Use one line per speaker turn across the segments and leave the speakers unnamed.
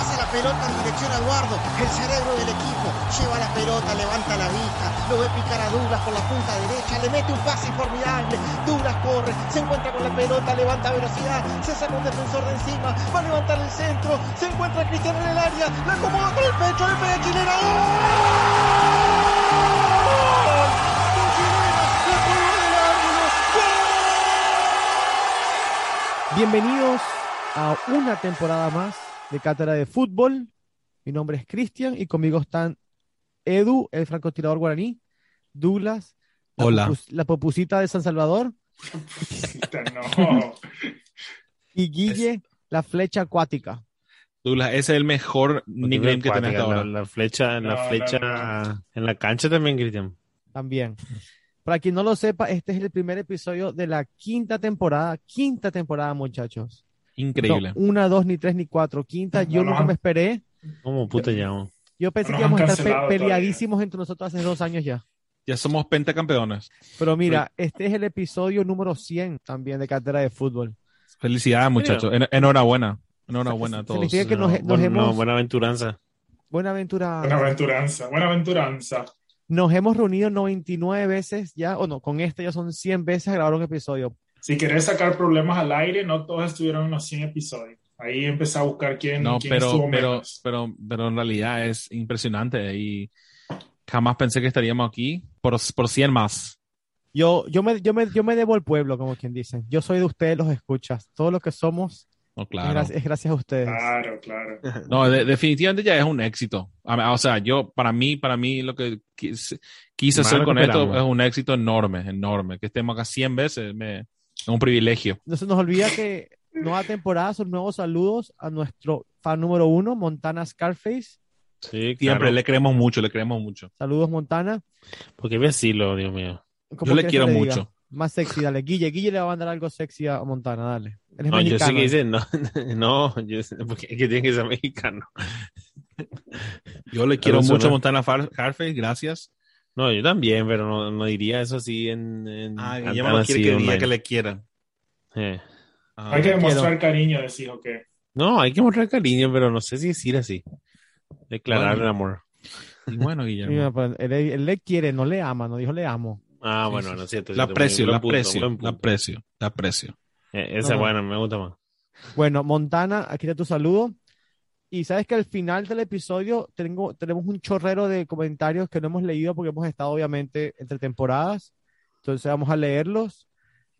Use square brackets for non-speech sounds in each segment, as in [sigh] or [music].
Pasa la pelota en dirección a Eduardo, el cerebro del equipo. Lleva la pelota, levanta la vista, lo ve picar a Douglas por la punta derecha, le mete un pase formidable. Douglas corre, se encuentra con la pelota, levanta velocidad, se saca un defensor de encima, va a levantar el centro, se encuentra Cristiano en el área, la acomoda con el pecho, le pega chilena. ¡Gol! Con Chilena, la colgó del ángulo.
Bienvenidos a una temporada más de Cátedra de Fútbol. Mi nombre es Cristian y conmigo están Edu, el francotirador guaraní, Douglas, la,
Hola.
popus- la popusita de San Salvador
[laughs] No.
y Guille, la flecha acuática.
Douglas, ese es el mejor
Pues
nickname que tenés hasta
Acuática,
ahora.
La, la flecha, en
No,
la
no,
flecha, en la cancha también, Cristian.
También. Para quien no lo sepa, este es el primer episodio de la quinta temporada. Quinta temporada, muchachos. No,
Increíble.
una, dos, ni tres, ni cuatro. Quinta, yo
No, no.
nunca me esperé.
¿Cómo puta llamo?
Yo pensé
No
que
nos
íbamos a
han
estar pe-
cancelado todavía.
peleadísimos entre nosotros hace dos años ya.
Ya somos pentacampeones.
Pero mira, este es el episodio número 100 también de Cátedra de Fútbol.
Felicidades, muchachos. En- enhorabuena. Enhorabuena a
Se-
todos.
significa que nos, nos
Buen- no,
hemos,
buena aventuranza.
Buena
Buenaventura,
aventuranza, buena aventuranza.
nos hemos reunido 99 veces ya, o no, con este ya son 100 veces a grabar un episodio.
Si querés sacar problemas al aire, no todos estuvieron en los 100 episodios. Ahí empecé a buscar quién,
No,
quién
pero,
estuvo
pero,
menos.
pero, pero en realidad es impresionante y jamás pensé que estaríamos aquí por, por 100 más.
Yo, yo, me, yo, me, yo me debo al pueblo, como quien dice. Yo soy de ustedes, los escuchas. Todo lo que somos
No,
es
claro.
gra- es, gracias a ustedes.
Claro, claro.
No, de- definitivamente ya es un éxito. A- O sea, yo, para mí, para mí, lo que quise, quise hacer
Marco
con esto
Pelango.
es un éxito enorme, enorme. Que estemos acá 100 veces me- es un privilegio.
No se nos olvida que nueva temporada son nuevos saludos a nuestro fan número uno, Montana Scarface.
Sí,
Siempre
claro.
le creemos mucho, le creemos mucho.
Saludos, Montana.
Porque ve así, lo, Dios mío.
¿Cómo
Yo le
quieres que
quiero
diga?
mucho.
Más sexy, dale. Guille, Guille le va a mandar algo sexy a Montana, dale. Él es
No, yo sé
mexicano.
que dice, no, no, [laughs] yo sé- porque es que tiene que ser mexicano.
Yo le quiero
Alonso,
mucho a
¿no?
Montana Far- Harface, gracias.
No, yo también, pero no, no diría eso así en. en
Ah,
tan-
Guillermo
tan
no
así
quiere que diga
online.
que le quieran.
Eh.
Ah,
Hay que
quiero.
demostrar cariño, decís, ok.
No, hay que mostrar cariño, pero no sé si decir así. Declarar
Bueno.
el amor.
y bueno,
Mira,
Guillermo.
pero él, él le quiere, no le ama, no dijo le amo.
Ah,
Sí,
bueno,
sí,
no es cierto.
La
cierto,
aprecio,
buen
la
punto,
aprecio,
buen
la
punto.
aprecio, la aprecio.
Eh, Esa,
No, no.
bueno, me gusta más.
Bueno, Montana, aquí está tu saludo. Y sabes que al final del episodio tengo, tenemos un chorrero de comentarios que no hemos leído porque hemos estado obviamente entre temporadas. Entonces vamos a leerlos.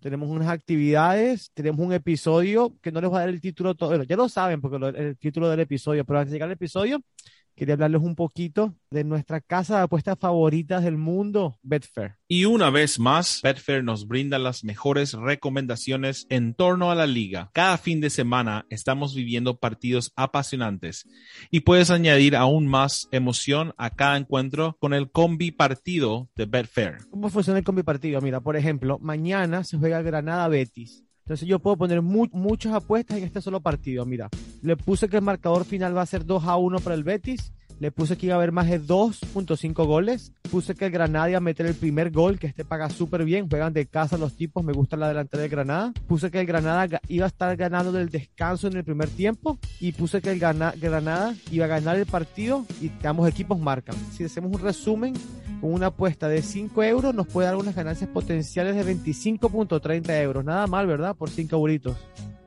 Tenemos unas actividades, tenemos un episodio que no les voy a dar el título todo, bueno, ya lo saben porque lo- el título del episodio, pero antes de llegar al episodio, quería hablarles un poquito de nuestra casa de apuestas favoritas del mundo, Betfair.
Y una vez más, Betfair nos brinda las mejores recomendaciones en torno a la liga. Cada fin de semana estamos viviendo partidos apasionantes y puedes añadir aún más emoción a cada encuentro con el combi partido de Betfair.
¿Cómo funciona el combi partido? Mira, por ejemplo, mañana se juega Granada Betis. Entonces yo puedo poner mu- muchas apuestas en este solo partido. Mira, le puse que el marcador final va a ser 2 a 1 para el Betis. Le puse que iba a haber más de 2.5 goles. Puse que el Granada iba a meter el primer gol, que este paga súper bien. Juegan de casa los tipos, me gusta la delantera del Granada. Puse que el Granada ga- iba a estar ganando del descanso en el primer tiempo. Y puse que el Gana- Granada iba a ganar el partido y ambos equipos marcan. Si hacemos un resumen, con una apuesta de 5 euros nos puede dar unas ganancias potenciales de 25.30 euros. Nada mal, ¿verdad? Por 5 euritos.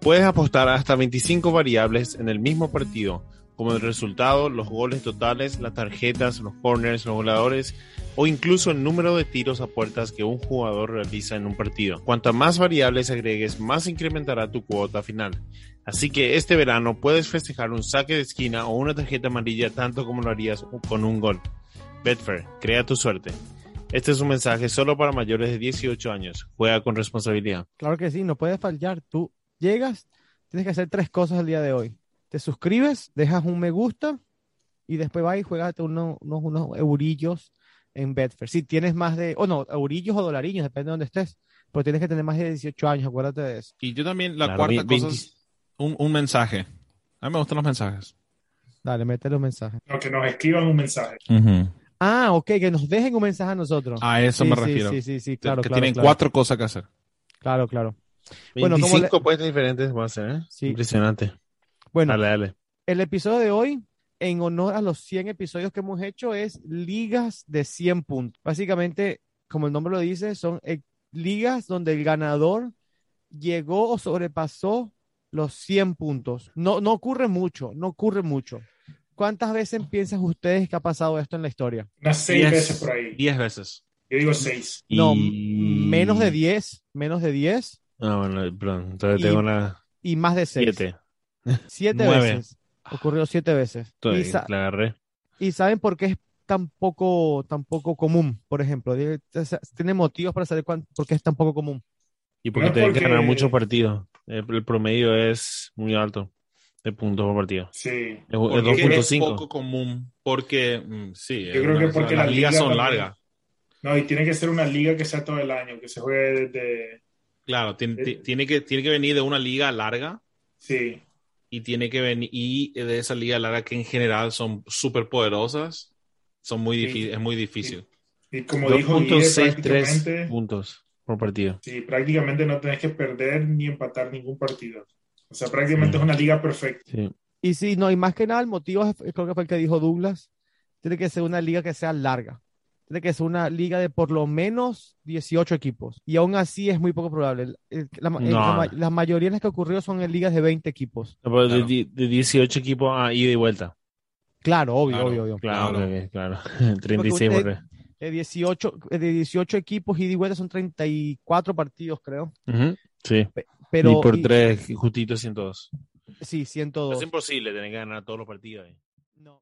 Puedes apostar hasta 25 variables en el mismo partido, como el resultado, los goles totales, las tarjetas, los corners, los goleadores o incluso el número de tiros a puertas que un jugador realiza en un partido. Cuanta más variables agregues, más incrementará tu cuota final. Así que este verano puedes festejar un saque de esquina o una tarjeta amarilla tanto como lo harías con un gol. Betfair, crea tu suerte. Este es un mensaje solo para mayores de 18 años. Juega con responsabilidad.
Claro que sí, no puedes fallar. Tú llegas, tienes que hacer tres cosas el día de hoy. Te suscribes, dejas un me gusta y después vas y juegas unos, unos, unos eurillos en Bedford. Si tienes más de, o no, eurillos o dolariños, depende de donde estés, pero tienes que tener más de 18 años, acuérdate de eso.
Y yo también, la
Claro,
cuarta
vi-
cosa es un, un mensaje. A mí me gustan los mensajes.
Dale, métele un mensaje.
No, que nos escriban un mensaje.
Ah, ok, que nos dejen un mensaje a nosotros.
A Ah, eso
Sí,
me
sí,
refiero.
Sí, sí, sí, claro,
que
claro,
tienen
claro.
cuatro cosas que hacer.
Claro, claro. Bueno, ¿cómo
25
le-
puestas diferentes va a ser, ¿eh?
Sí.
Impresionante.
Bueno,
Dale, dale.
el episodio de hoy, en honor a los 100 episodios que hemos hecho, es ligas de 100 puntos. Básicamente, como el nombre lo dice, son eh, ligas donde el ganador llegó o sobrepasó los 100 puntos. No, no ocurre mucho, no ocurre mucho. ¿Cuántas veces piensan ustedes que ha pasado esto en la historia?
Unas seis
Diez-
veces por ahí.
Diez veces.
Yo digo seis.
No,
Y-
menos de 10, menos de 10
Ah, bueno, perdón. Entonces
Y-
tengo una
y más de 6.
7.
Siete
Nueve.
veces. Ocurrió siete veces. Y, sa-
La agarré.
y saben por qué es tan poco, tan poco común, por ejemplo. Digo, o sea, Tienen motivos para saber cuán- por qué es tan poco común.
Y porque
No,
tienen que ganar
porque-
muchos partidos. El, el promedio es muy alto de puntos por partido.
Sí.
Es, es
Porque es
2.5
poco común. Porque, mm, sí. es
creo
una
que
cosa,
porque
las
la
ligas
liga
son
también-
largas.
No, y tiene que ser una liga que sea todo el año, que se juegue desde.
Claro, tiene,
Eh.
ti- tiene que, tiene que venir de una liga larga
Sí.
y tiene que venir y eh, de esa liga larga que en general son súper poderosas. Son muy
Sí.
difí- es muy difícil.
Y como dijo Guille,
2.63
prácticamente,
puntos por partido.
sí, prácticamente no tenés que perder ni empatar ningún partido. O sea, prácticamente
Mm.
es
Sí.
una liga perfecta.
Sí.
Y sí, no, y más que nada, el motivo es- creo que fue el que dijo Douglas. Tiene que ser una liga que sea larga. Tiene que ser una liga de por lo menos 18 equipos. Y aún así es muy poco probable. El- el- la, ma- el-
No.
la ma- la mayoría de las que ocurrió son en ligas de 20 equipos.
No, pero de
Claro.
di- de 18 equipos a ida y vuelta.
Claro, obvio,
Claro.
obvio, obvio.
Claro,
Claro.
ok, claro. [laughs] 36
Porque
por
usted- De 18, de 18 equipos ida y vuelta son 34 partidos, creo.
Ujú, Sí.
Pero
y por
y-
3, justito 102.
sí,
Es
102.
imposible tener que ganar todos los partidos. ahí.
No.